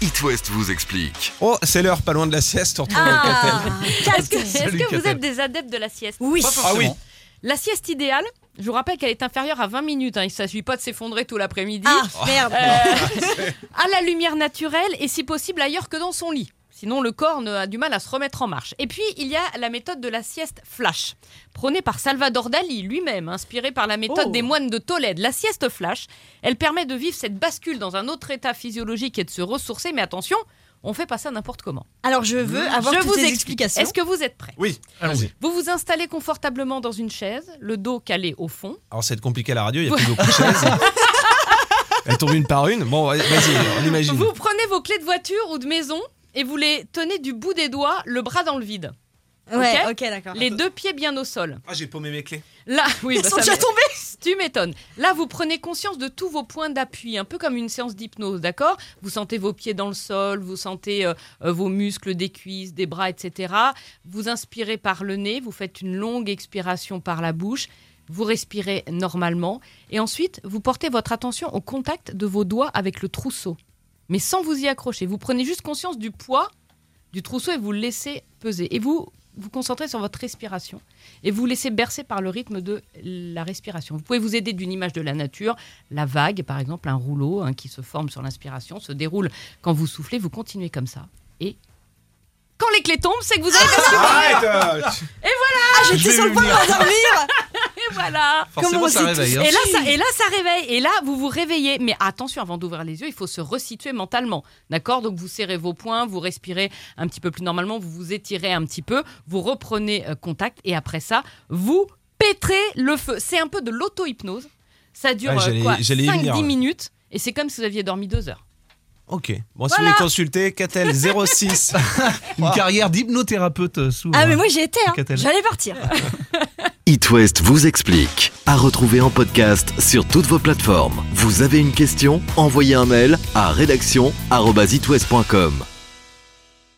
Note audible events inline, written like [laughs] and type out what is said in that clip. It West vous explique. Oh, c'est l'heure, pas loin de la sieste, on retourne au Ah. hôtel. Est-ce que, est-ce Salut, que vous Katel. êtes des adeptes de la sieste Oui. Pas Ah oui, forcément. La sieste idéale, je vous rappelle qu'elle est inférieure à 20 minutes. hein, il ne s'agit pas de s'effondrer tout l'après-midi. Ah, merde. à la lumière naturelle et si possible ailleurs que dans son lit. Sinon, le corps ne- a du mal à se remettre en marche. Et puis, il y a la méthode de la sieste flash, prônée par Salvador Dali lui-même, inspirée par la méthode Oh. des moines de Tolède. La sieste flash, elle permet de vivre cette bascule dans un autre état physiologique et de se ressourcer. Mais attention, on fait pas ça n'importe comment. Alors, je veux avoir Je toutes vous les explique. explications. Est-ce que vous êtes prêts oui. Allons-y. Vous vous installez confortablement dans une chaise, le dos calé au fond. Alors, c'est compliqué à la radio, il y a plus beaucoup de chaises. Elles tombent une par une. Bon, vas-y, on imagine. Vous prenez vos clés de voiture ou de maison et vous les tenez du bout des doigts, le bras dans le vide. Ouais, Ok. ok, d'accord. Les deux pieds bien au sol. Ah, j'ai paumé mes clés. Là, [laughs] oui, Ils bah, sont ça déjà m'est- tombés Tu m'étonnes. Là, vous prenez conscience de tous vos points d'appui, un peu comme une séance d'hypnose, d'accord Vous sentez vos pieds dans le sol, vous sentez euh, euh, vos muscles des cuisses, des bras, etc. Vous inspirez par le nez, vous faites une longue expiration par la bouche, vous respirez normalement, et ensuite, vous portez votre attention au contact de vos doigts avec le trousseau, mais sans vous y accrocher. Vous prenez juste conscience du poids du trousseau et vous le laissez peser. Et vous vous concentrez sur votre respiration et vous laissez bercer par le rythme de la respiration. Vous pouvez vous aider d'une image de la nature, la vague par exemple, un rouleau hein, qui se forme sur l'inspiration, se déroule quand vous soufflez, vous continuez comme ça. Et quand les clés tombent, c'est que vous avez basculé. Arrête euh, Ah, Je j'étais vais sur le point de venir. m'endormir. Et [laughs] voilà. Forcément, Comment ça vous réveille. hein. Et là, ça, et là, ça réveille. Et là, vous vous réveillez. Mais attention, avant d'ouvrir les yeux, il faut se resituer mentalement. D'accord Donc, vous serrez vos poings, vous respirez un petit peu plus normalement, vous vous étirez un petit peu, vous reprenez euh, contact. Et après ça, vous pétrez le feu. C'est un peu de l'auto-hypnose. Ça dure euh, Ouais, Ah, j'allais- j'allais y venir, 5-10 ouais. minutes. Et c'est comme si vous aviez dormi deux heures. Ok. Bon, si vous voulez consulter, Catel 06. Une carrière d'hypnothérapeute euh, s'ouvre. Ah, mais moi, j'y étais. hein. Catel. J'allais partir. It West vous explique. À retrouver en podcast sur toutes vos plateformes. Vous avez une question Envoyez un mail à rédaction@itwest.com.